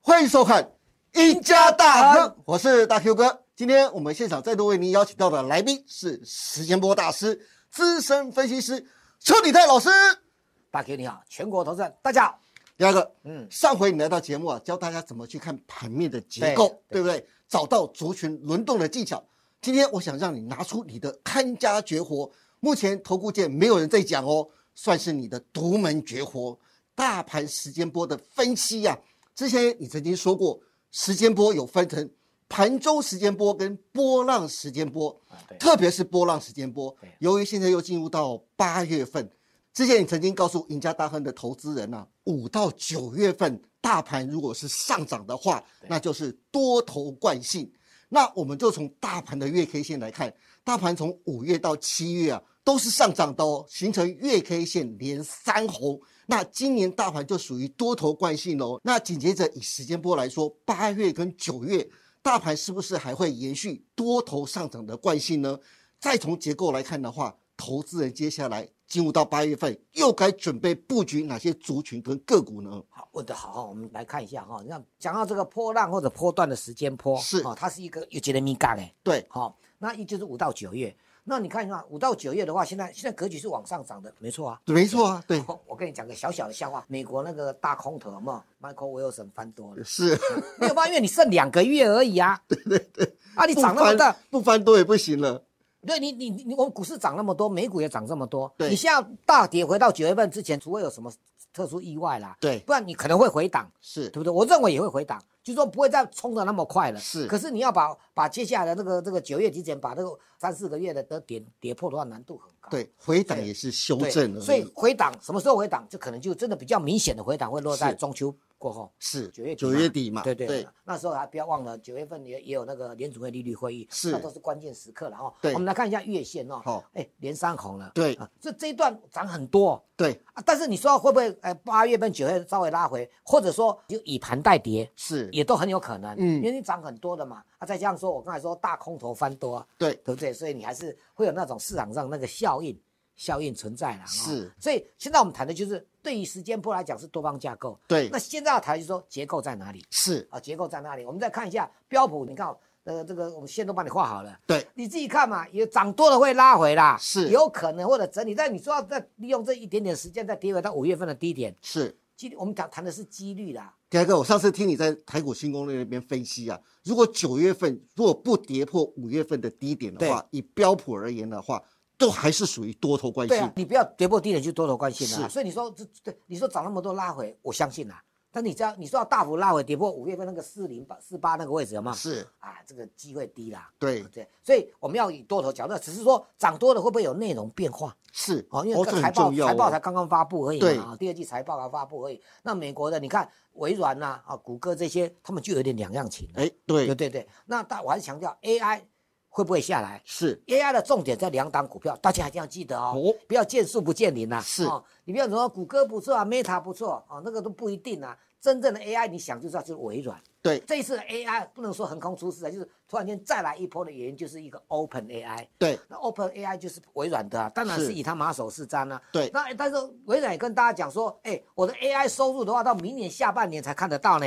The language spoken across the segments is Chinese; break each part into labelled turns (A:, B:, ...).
A: 欢迎收看《一家大亨》，我是大 Q 哥。今天我们现场再度为您邀请到的来宾是时间波大师、资深分析师邱礼泰老师。
B: 大 Q 你好，全国投资人大家好。
A: 第二个，
B: 嗯，
A: 上回你来到节目啊，教大家怎么去看盘面的结构，对
B: 对
A: 不对？找到族群轮动的技巧。今天我想让你拿出你的看家绝活，目前投顾界没有人在讲哦，算是你的独门绝活。大盘时间波的分析呀、之前你曾经说过，时间波有分成盘中时间波跟波浪时间波，
B: 啊对
A: 特别是波浪时间波
B: 对。
A: 由于现在又进入到八月份，之前你曾经告诉赢家大亨的投资人呐、啊，五到九月份大盘如果是上涨的话，那就是多头惯性。那我们就从大盘的月 K 线来看，大盘从五月到七月啊都是上涨的哦，形成月 K 线连三红。那今年大盘就属于多头惯性哦。那紧接着以时间波来说，八月跟九月大盘是不是还会延续多头上涨的惯性呢？再从结构来看的话，投资人接下来进入到八月份，又该准备布局哪些族群跟个股呢？
B: 好，问得好，我们来看一下哈。那讲到这个波浪或者波段的时间波，
A: 是
B: 哦，它是一个有节的密杠哎，
A: 对，
B: 好、那一就是五到九月。那你看一下五到九月的话，现在现在格局是往上涨的，没错啊。
A: 没错啊，对，，
B: 我跟你讲个小小的笑话，美国那个大空头有没有？Michael Wilson 翻多了
A: 是
B: 没有吧？因为你剩两个月而已啊。对对对。啊，你
A: 不
B: 涨那么
A: 翻
B: 大，
A: 不翻多也不行了。
B: 对你，你你我们股市涨那么多，美股也涨这么多，
A: 对
B: 你现在大跌回到九月份之前，除非有什么特殊意外啦，
A: 对
B: 不然你可能会回档，
A: 是
B: 对不对？我认为也会回档，就是说不会再冲的那么快了。
A: 是
B: 可是你要把把接下来的这个这个九月底前把这个三四个月的的点跌破的话，难度很高。
A: 对，回档也是修
B: 对，
A: 正而已
B: 所以回档什么时候回档，就可能就真的比较明显的回档会落在
A: 是
B: 中秋过后。
A: 是
B: 九月底
A: 九月底嘛，
B: 对对
A: 对，
B: 那时候还不要忘了，九月份也也有那个联储会利率会议，
A: 是
B: 那都是关键时刻了哦。
A: 对
B: 我们来看一下月线哦，
A: 好
B: 哎，连三红了，
A: 对
B: 啊，这这一段涨很多哦
A: 对
B: 啊，但是你说会不会哎八月份九月稍微拉回，或者说就以盘代跌，
A: 是，
B: 也都很有可能，
A: 嗯
B: 因为你涨很多的嘛，啊，再加上说我刚才说大空头翻多啊，
A: 对
B: 对不对？所以你还是会有那种市场上那个效应效应存在啦。哦
A: 是
B: 所以现在我们谈的就是对于时间波来讲是多方架构，
A: 对
B: 那现在要谈就是说结构在哪里？
A: 是，
B: 啊，结构在那里。我们再看一下标普，你看哦，呃，这个我们线都帮你画好了，
A: 对
B: 你自己看嘛，也涨多了会拉回啦，
A: 是
B: 有可能或者整理。但你说要再利用这一点点时间再跌回到五月份的低点，
A: 是。
B: 几率我们谈谈的是几率啦，
A: 第二个，我上次听你在台股新攻略那边分析啊，如果九月份如果不跌破五月份的低点的话，以标普而言的话，都还是属于多头惯
B: 对啊
A: 性，。
B: 你不要跌破低点去多头关心啦。
A: 是
B: 所以你说这对，你说涨那么多拉回，我相信啦。啊但你知道，你说要大幅拉回，跌破五月份那个四零八四八那个位置有吗？
A: 是，
B: 啊，这个机会低啦。
A: 对
B: 对，所以我们要以多头角度，只是说涨多了会不会有内容变化？
A: 是
B: 哦，因为
A: 这很
B: 财报、
A: 重要哦
B: 财报才刚刚发布而已
A: 对
B: 嘛，啊，第二季财报刚发布而已。那美国的你看微软呐、啊、谷歌这些，他们就有点两样情了。
A: 哎，
B: 对
A: 对，
B: 对对，那但我还是强调 AI 会不会下来
A: 是
B: ？AI 的重点在两档股票，大家一定要记得哦，
A: 哦
B: 不要见树不见林呐、啊。
A: 是
B: 哦，你不要说谷歌不错啊，Meta 不错啊、哦，那个都不一定啊。真正的 AI，你想就知道就是微软。
A: 对
B: 这一次的 AI 不能说横空出世啊，就是突然间再来一波的原因，就是一个 Open AI。
A: 对
B: 那 Open AI 就是微软的、啊，当然
A: 是
B: 是以它马首是瞻啊。
A: 对
B: 那但是微软也跟大家讲说，哎，我的 AI 收入的话，到明年下半年才看 得到呢，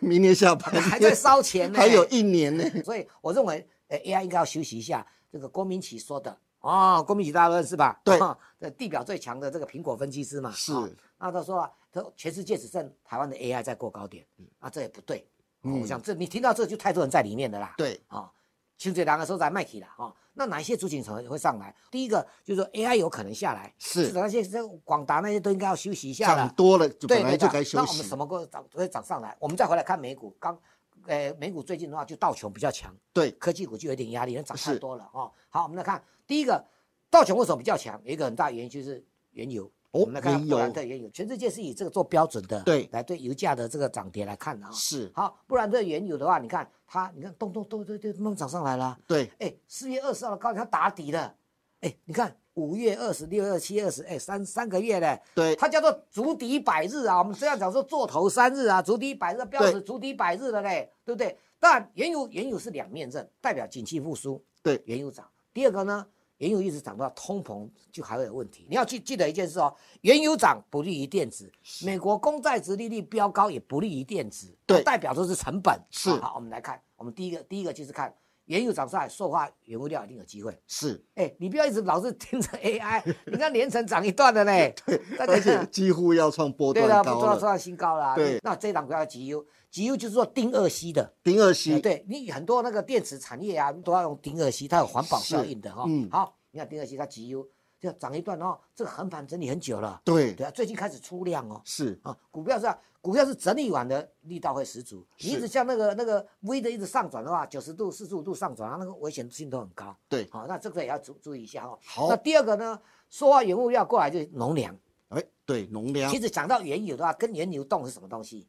A: 明年下半年
B: 还在烧钱呢。
A: 还有，一年呢，
B: 所以我认为，哎，AI 应该要休息一下。这个郭明奇说的，哦，郭明奇大家都认识吧？
A: 对
B: 哦 这地表最强的这个苹果分析师嘛。
A: 是
B: 哦那他说啊，他说全世界只剩台湾的 AI 在过高点，啊，这也不对。哦
A: 嗯
B: 我想这你听到这就太多人在里面的啦。
A: 对，
B: 啊，清水堂的时候才卖起了啊。那哪一些族群可能会上来？第一个就是说 AI 有可能下来，
A: 是
B: 市场那些这个广达那些都应该要休息一下
A: 涨
B: 了，
A: 多了就
B: 对
A: 本
B: 对
A: 来就
B: 吧
A: 该
B: 那
A: 休
B: 我们
A: 息
B: 什，么股涨会涨上来？我们再回来看美股，刚，呃，美股最近的话就道琼比较强，
A: 对，
B: 科技股就有点压力，因为涨太
A: 是
B: 多了哦。好，我们来看第一个，道琼为什么比较强？有一个很大原因就是原油。
A: 哦
B: 我们来看
A: 原
B: 布兰
A: 油
B: 特原油，全世界是以这个做标准的，
A: 对
B: 来对油价的这个涨跌来看的啊。
A: 是，
B: 好，布兰特原油的话，你看它，你看咚咚咚咚咚，慢慢涨上来了啊。
A: 对，
B: 哎，四月二十号的高点它打底了，哎，你看五月二十、六月七、二十，哎，三三个月嘞，
A: 对
B: 它叫做足底百日啊，我们这样讲说做头三日啊，足底百日标
A: 对
B: 准足底百日了嘞，对不对？但原油原油是两面刃，代表景气复苏，
A: 对，
B: 原油涨。第二个呢，原油一直涨的话，通膨就还会有问题。你要去记得一件事哦，原油涨不利于电子，美国公债值利率飙高也不利于电子，
A: 对
B: 代表都是成本。
A: 是
B: 好好，我们来看，我们第一个第一个就是看原油涨上来，塑化原物料一定有机会。
A: 是，
B: 哎，你不要一直老是盯着 AI，你看连城涨一段了嘞，大家
A: 而且
B: 看，
A: 几乎要创波
B: 对
A: 段
B: 了，不
A: 高
B: 知道
A: 了。
B: 创新高了。
A: 对
B: 那这档股票叫 GU，GU 就是做丁二烯的，
A: 零二
B: 哎
A: 七，
B: 对你很多那个电池产业啊，都要用丁二烯，它有环保效应的哈、哦。
A: 嗯
B: 好，你看丁二烯它 GU 就涨一段哦，这个横盘整理很久了，
A: 对，
B: 对啊，最近开始出量哦。
A: 是，
B: 啊，股票是啊，股票是整理完的力道会十足。你一
A: 是
B: 直像那个那个 V 的一直上转的话，九十度、四十五度上转，它那个危险性都很高。
A: 对，
B: 好、那这个也要注注意一下哦。
A: 好
B: 那，第二个呢，说话原物料过来就是农粮。
A: 哎，对，农粮
B: 其实讲到原油的话，跟原流动是什么东西？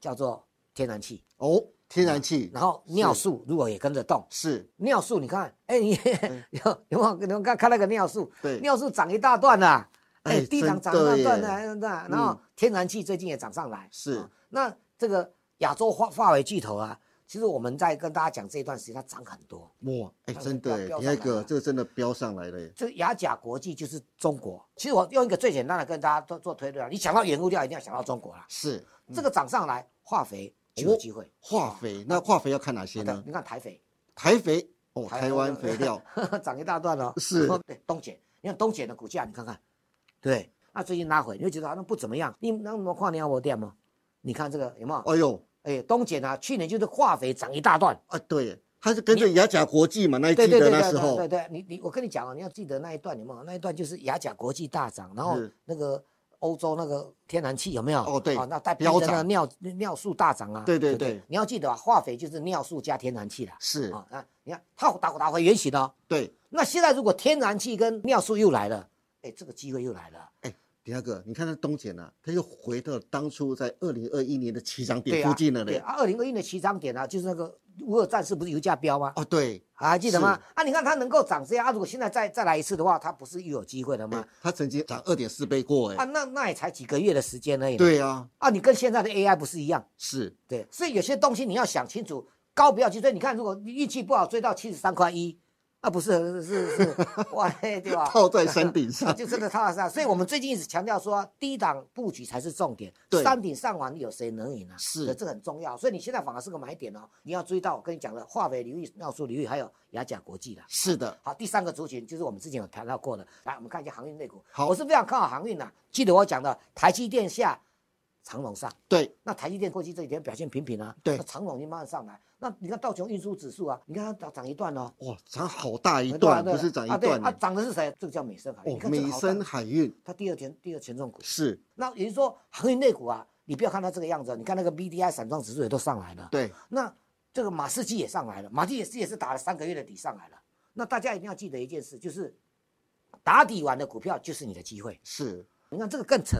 B: 叫做天然气，
A: 哦，天然气
B: 然后尿素如果也跟着动。
A: 是，
B: 尿素，你看，哎，你 有有没有？你们看看那个尿素，
A: 嗯对，
B: 尿素涨一大段了，哎，
A: 哎
B: 低档涨
A: 真
B: 一
A: 的
B: 大段
A: 耶
B: 了，哎那然后
A: 嗯
B: 天然气最近也涨上来，
A: 是
B: 啊那这个亚洲化化为巨头啊，其实我们在跟大家讲这一段时间它涨很多，
A: 哇，哎，
B: 它
A: 真
B: 它
A: 的耶，
B: 飙
A: 你
B: 上
A: 那
B: 来
A: 个
B: 了
A: 这个真的飙上来了耶，
B: 这个亚甲国际就是中国。其实我用一个最简单的跟大家做做推论啊，你想到原物料一定要想到中国啦，
A: 是
B: 这个涨上来，化肥就有机会。
A: 化肥，那化肥要看哪些
B: 好的
A: 呢，？
B: 你看台肥
A: 台肥，哦，
B: 台
A: 台湾
B: 湾
A: 肥 料
B: 涨一大段了、哦，
A: 是
B: 对东碱，你看东碱的股价，你看看，对，那最近拉回，你会觉得好像不怎么样。你那么看你要我店吗？你看这个有没有？
A: 哎呦，
B: 哎，东碱啊，去年就是化肥涨一大段，
A: 啊，对耶，它是跟着雅甲国际嘛，那一季
B: 对对
A: 的
B: 对
A: 那
B: 对
A: 时
B: 对
A: 候
B: 对，对，你你我跟你讲啊，你要记得那一段有没有？那一段就是雅甲国际大涨，然后
A: 是
B: 那个欧洲那个天然气有没有？
A: 哦对
B: 那带
A: 飙
B: 标的那
A: 涨
B: 个尿尿素大涨啊。
A: 对对
B: 不
A: 对
B: 你要记得啊，化肥就是尿素加天然气的。
A: 是，
B: 啊啊，你看它打打回原形了哦。
A: 对，
B: 那现在如果天然气跟尿素又来了，哎，这个机会又来了。
A: 第二个，你看那东碱啊，它又回到当初在二零二一年的起涨
B: 对
A: 点
B: 啊
A: 附近了
B: 对
A: 嘞，
B: 啊，二零二一的起涨点啊，就是那个乌俄战事不是油价飙吗？
A: 哦，对，
B: 还记得吗？啊，你看它能够涨这样，啊，如果现在再再来一次的话，它不是又有机会了吗
A: 哎？它曾经涨二点四倍过，
B: 啊，
A: 哎，
B: 那那也才几个月的时间而已嘛。
A: 对啊，
B: 啊，你跟现在的 AI 不是一样？
A: 是，
B: 对，所以有些东西你要想清楚，高不要去追。你看，如果你运气不好追到七十三块一，那不是 是是哇，嘿对吧？
A: 套在山顶上
B: 就真的套在山。啊所以我们最近一直强调说，低档布局才是重点。
A: 对
B: 山顶上完有谁能赢啊？
A: 是
B: 对这个很重要。所以你现在反而是个买点哦，你要注意到我跟你讲的化肥领域、尿素领域，还有雅甲国际的。
A: 是的，
B: 好，第三个族群就是我们之前有谈到过的，来，我们看一下航运类股。
A: 好
B: 我是非常看好航运的、记得我讲的台积电下，长龙上。
A: 对，
B: 那台积电过去这几天表现平平啊，
A: 对
B: 那长龙就慢慢上来。那你看道琼运输指数啊，你看它涨涨一段哦，
A: 哇，涨好大一
B: 对吧
A: 段，
B: 对
A: 不
B: 吧
A: 是涨一
B: 啊对
A: 段
B: 啊，
A: 呢，
B: 涨的是谁？这个叫美盛海运，
A: 哦
B: 你，看这个
A: 美
B: 好
A: 深
B: 大，
A: 海运
B: 它第二天第二权重股。
A: 是，
B: 那也就是说，航运类股啊，你不要看它这个样子哦，你看那个 B D I 散装指数也都上来了，
A: 对，
B: 那这个马士基也上来了，马士基也是也是打了三个月的底上来了。那大家一定要记得一件事，就是打底完的股票就是你的机会。
A: 是，
B: 你看这个更扯，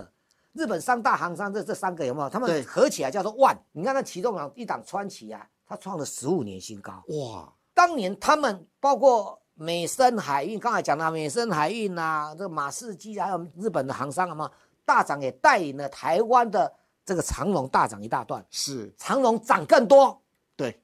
B: 日本三大航商这这三个有没有？他
A: 对
B: 们合起来叫做万。你看那启动港一档川崎啊，它创了十五年新高。
A: 哇，
B: 当年他们包括美深海运，刚才讲了美深海运啊，这个马士基啊，还有日本的航商啊嘛，大涨也带领了台湾的这个长荣大涨一大段，
A: 是，
B: 长荣涨更多，
A: 对，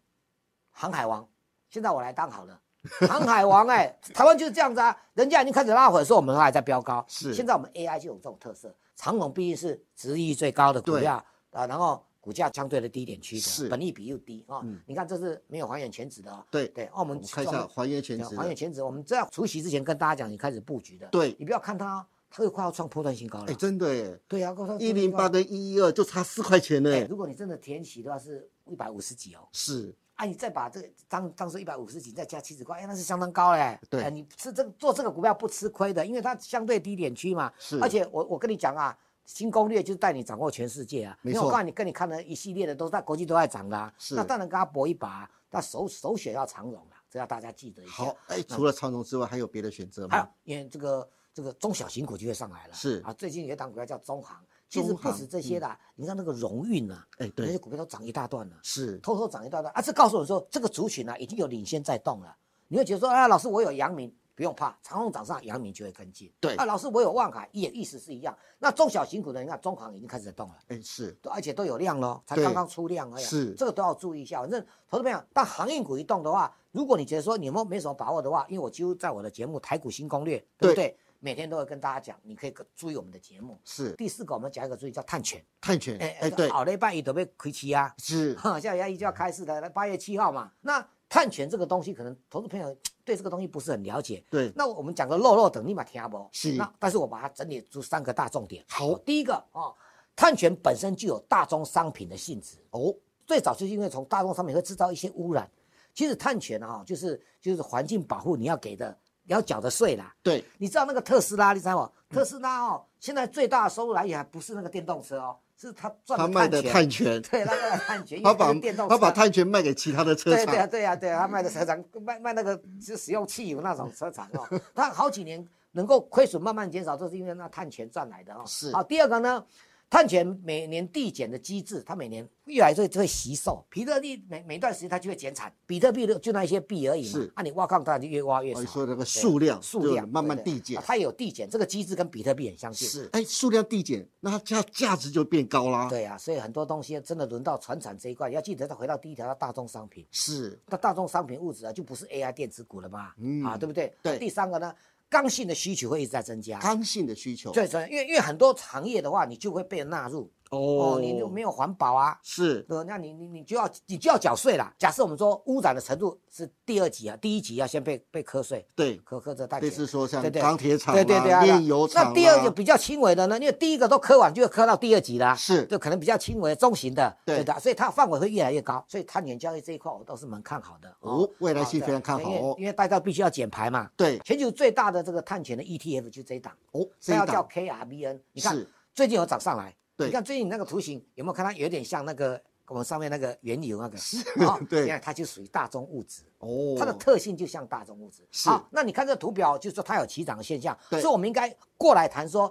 B: 航海王，现在我来当 好了。航海王哎、台湾就是这样子啊，人家已经开始拉回，说我们还在飙高。
A: 是
B: 现在我们 AI 就有这种特色，长隆毕竟是值域最高的股票啊，然后股价相对的低点区
A: 是
B: 的，本益比又低啊、
A: 嗯
B: 你看这是没有还原前值的啊、
A: 对，
B: 对，澳门
A: 我们看一下还原全
B: 对
A: 值
B: 还
A: 的
B: 原，前值，我们在除夕之前跟大家讲，你开始布局的。
A: 对
B: 你不要看它，它又快要创破断新高了
A: 哎，。真的耶，
B: 对啊，快要
A: 一
B: 创破断
A: 零
B: 新高
A: 八
B: 了。
A: 跟一一二就差四块钱呢，
B: 哎，如果你真的填息的话，是一百五十几哦。
A: 是，
B: 啊，你再把这个当当做一百五十几，再加七十块，哎，那是相当高嘞。
A: 对
B: 哎你是这个做这个股票不吃亏的，因为它相对低点区嘛。
A: 是
B: 而且我我跟你讲啊，新攻略就是带你掌握全世界啊。
A: 没
B: 因为
A: 错
B: 我告诉你，跟你看的一系列的都在国际都在涨的、啊，
A: 是
B: 那当然跟他搏一把、啊，但首首选要长荣了、这要大家记得一下。
A: 好，哎，除了长荣之外，还有别的选择
B: 嗯还有
A: 吗？，
B: 啊因为这个这个中小型股就会上来了。
A: 是
B: 啊，最近有一档股票叫中航，其实
A: 中
B: 不
A: 航
B: 止这些的啊，你看那个荣运啊，
A: 哎，
B: 那些
A: 对，
B: 股票都涨一大段了。
A: 是，
B: 偷偷涨一段段啊，这告诉我说这个族群啊已经有领先在动了。你会觉得说，啊，老师我有阳明，不用怕，长虹涨上，阳明就会跟进。
A: 对
B: 啊，老师，我有望海，也意思是一样。那中小型股的，你看中行已经开始在动了，
A: 哎，是
B: 都而且都有量了，才
A: 对
B: 刚刚出量而已啊。
A: 是
B: 这个都要注意一下。反正投资朋友，当航运股一动的话，如果你觉得说你们没什么把握的话，因为我几乎在我的节目《台股新攻略》，
A: 对
B: 对不对？每天都会跟大家讲，你可以注意我们的节目。
A: 是，
B: 第四个，我们讲一个注意叫碳权。
A: 碳权，哎，对，
B: 好礼拜一准备亏期啊，
A: 是，
B: 哈，下礼拜一就要开市的，八月七号嘛。那碳权这个东西，可能投资朋友对这个东西不是很了解。
A: 对，
B: 那我们讲个肉肉等，你嘛听不？
A: 是
B: 那但是我把它整理出三个大重点。
A: 好
B: 哦第一个啊、哦，碳权本身具有大宗商品的性质。
A: 哦，
B: 最早就是因为从大宗商品会制造一些污染。其实碳权啊，就是就是环境保护你要给的你要缴的税啦。
A: 对，
B: 你知道那个特斯拉，你知道吗？特斯拉哦，现在最大的收入来源还不是那个电动车哦，是他赚
A: 他卖的
B: 权
A: 碳权，
B: 对，他卖的碳权，因为
A: 他
B: 那
A: 把
B: 个电动
A: 他把
B: 车
A: 碳权卖给其他的车
B: 对对啊，
A: 厂，
B: 对啊，对啊，他卖的车厂卖卖那个就使用汽油那种车厂哦， 他好几年能够亏损慢慢减少，都是因为那碳权赚来的哦。
A: 是
B: 好，第二个呢，碳权每年递减的机制，它每年越来越会吸收，比特币每每段时间它就会减产，比特币的就那一些币而已嘛
A: 是，
B: 啊，你挖矿当然就越挖越
A: 哦
B: 少
A: 你，说那个数量，
B: 数
A: 就
B: 量
A: 慢慢
B: 对对
A: 递减
B: 啊，它有递减，这个机制跟比特币很相近。
A: 是，哎，数量递减，那它价价值就变高啦，
B: 对啊，所以很多东西真的轮到船产这一块，要记得再回到第一条，要大宗商品。
A: 是，
B: 那大众商品物质啊，就不是 AI 电子股了嘛，
A: 嗯
B: 啊，对不对？
A: 对
B: 那第三个呢，刚性的需求会一直在增加。
A: 刚性的需求，
B: 对，所以因为因为很多行业的话，你就会被纳入哦，你就没有环保啊，
A: 是，
B: 对吧，那你你你就要你就要缴税啦。假设我们说污染的程度是第二级啊，第一级要先被被课税，
A: 对，
B: 课课这大
A: 类
B: 姐。
A: 似说像
B: 对对
A: 钢铁厂
B: 对对对
A: 啦、
B: 啊，
A: 炼油厂啦，啊
B: 那第二个比较轻微的呢，因为第一个都科完，就会科到第二级啦。
A: 是
B: 就可能比较轻微、中型的，
A: 对
B: 的，所以它范围会越来越高，所以碳源交易这一块我倒是蛮看好的
A: 哦未来性非常看好
B: 因为
A: 哦
B: 因为大家必须要减排嘛。
A: 对，
B: 全球最大的这个碳权的 ETF 就这一档，
A: 哦，这
B: 它
A: 一
B: 要叫
A: 档
B: KRBN，你看
A: 是
B: 最近有涨上来，
A: 对
B: 你看最近那个图形有没有看它有点像那个我们上面那个原油那个，是
A: 对
B: 你看它就属于大宗物质。
A: 哦，
B: 它的特性就像大众物质。
A: 是
B: 好，那你看这图表，就说它有起涨的现象，
A: 对
B: 所以我们应该过来谈说，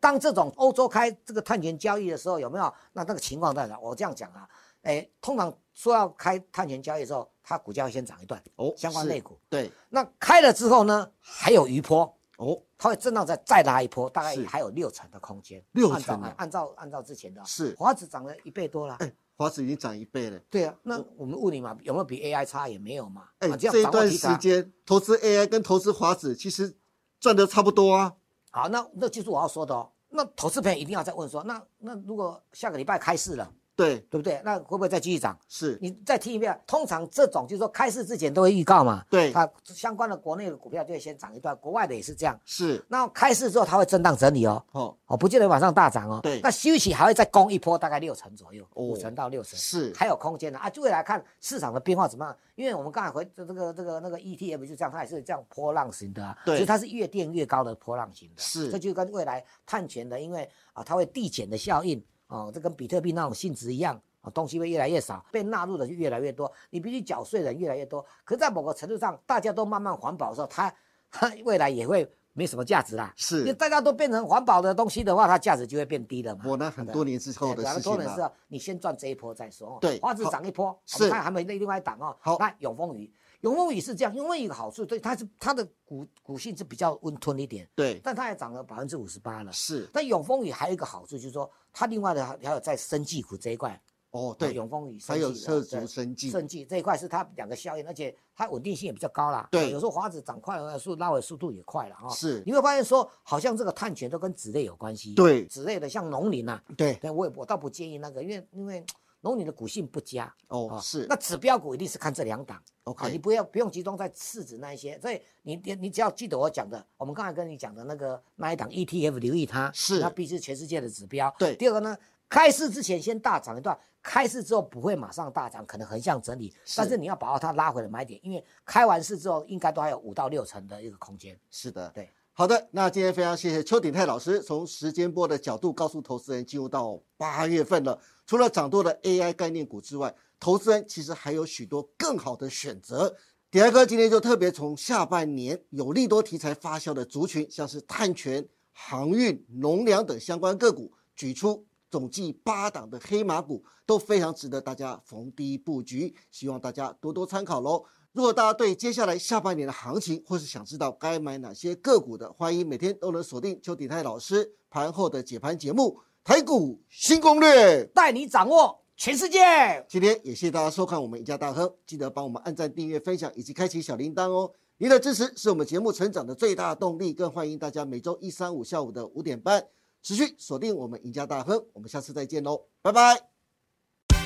B: 当这种欧洲开这个碳权交易的时候，有没有那那个情况在哪？我这样讲啊，哎，通常说要开碳权交易的时候，它股价会先涨一段，
A: 哦
B: 相关
A: 是
B: 类股。
A: 对，
B: 那开了之后呢，还有余波，
A: 哦，
B: 它会震荡再再拉一波，大概
A: 是
B: 还有六成的空间。
A: 六成啊
B: 按照按照按照之前的啊，
A: 是
B: 华指涨了一倍多了。
A: 哎，华子已经涨一倍了。
B: 对啊，那我们问你嘛，有没有比 AI 差？也没有嘛。
A: 哎、
B: 啊
A: 这一
B: 掌握
A: 段
B: 题材
A: 时间投资 AI 跟投资华子其实赚的差不多啊。
B: 好，那那就是我要说的哦。那投资朋友一定要再问说，那那如果下个礼拜开市了，
A: 对，
B: 对不对？那会不会再继续涨？
A: 是，
B: 你再听一遍，通常这种就是说开市之前都会预告嘛，
A: 对
B: 它相关的国内的股票就会先涨一段，国外的也是这样。
A: 是，
B: 那开市之后它会震荡整理哦，
A: 哦，
B: 哦，不见得马上大涨哦。
A: 对
B: 那休息还会再攻一波，大概六成左右，
A: 哦
B: 五、成到六成，
A: 是
B: 还有空间的啊。就未来看市场的变化怎么样，因为我们刚才回这个这个那个 ETF 就这样，它也是这样波浪型的啊，
A: 对
B: 所以它是越垫越高的波浪型的，啊
A: 是
B: 这就跟未来碳权的，因为啊它会递减的效应哦，这跟比特币那种性质一样。啊，东西会越来越少，被纳入的就越来越多，你必须缴税的人越来越多。可是在某个程度上，大家都慢慢环保的时候，它它未来也会没什么价值啦。
A: 是
B: 因为大家都变成环保的东西的话，它价值就会变低了嘛。
A: 我那很多年之后的
B: 对
A: 事
B: 很
A: 情
B: 多人
A: 了、
B: 是啊你先赚这一波再说哦。
A: 对
B: 花子
A: 好
B: 涨一波，我
A: 是
B: 们看还没那另外一档哦。
A: 好
B: 那永丰鱼，永丰鱼是这样，永丰鱼有个好处，对，它是它的股股性是比较温吞一点，
A: 对，
B: 但它也涨了百分之五十八了。
A: 是，
B: 但永丰鱼还有一个好处，就是说它另外的还还有在生技股这一块，
A: 哦，对，
B: 永丰鱼
A: 还有涉
B: 啊生
A: 足
B: 技的
A: 生
B: 对
A: 计，
B: 生技这一块是它两个效应，而且它稳定性也比较高啦。啊
A: 对
B: 有时候华子涨快，速拉回速度也快了啊、哦。
A: 是
B: 你会发现说，好像这个碳权都跟纸类有关系。
A: 对
B: 纸类的像农林啊，
A: 对，
B: 但我也我倒不建议那个，因为因为农林的股性不佳
A: 哦，是
B: 那，指标股一定是看这两档啊，你
A: OK，
B: 不要不用集中在市值那一些，所以你你你只要记得我讲的，我们刚才跟你讲的那个那一档 ETF 留意它，
A: 是
B: 那必须全世界的指标。
A: 对
B: 第二个呢，开市之前先大涨一段，开市之后不会马上大涨，可能横向整理，
A: 是
B: 但是你要把握它拉回来买点，因为开完市之后应该都还有五到六成的一个空间。
A: 是的，
B: 对。
A: 好的，那今天非常谢谢邱鼎泰老师从时间波的角度告诉投资人，进入到八月份了，除了涨多的 AI 概念股之外，投资人其实还有许多更好的选择。鼎泰哥今天就特别从下半年有利多题材发酵的族群，像是碳权、航运、农粮等相关个股，举出总计八档的黑马股，都非常值得大家逢低布局，希望大家多多参考喽。如果大家对接下来下半年的行情，或是想知道该买哪些个股的，欢迎每天都能锁定邱鼎泰老师盘后的解盘节目《台股新攻略》。
B: 带你掌握全世界。
A: 今天也谢谢大家收看我们赢家大亨，记得帮我们按赞、订阅、分享以及开启小铃铛哦。您的支持是我们节目成长的最大动力，更欢迎大家每周一、三、五下午的五点半持续锁定我们赢家大亨。我们下次再见喽，拜拜。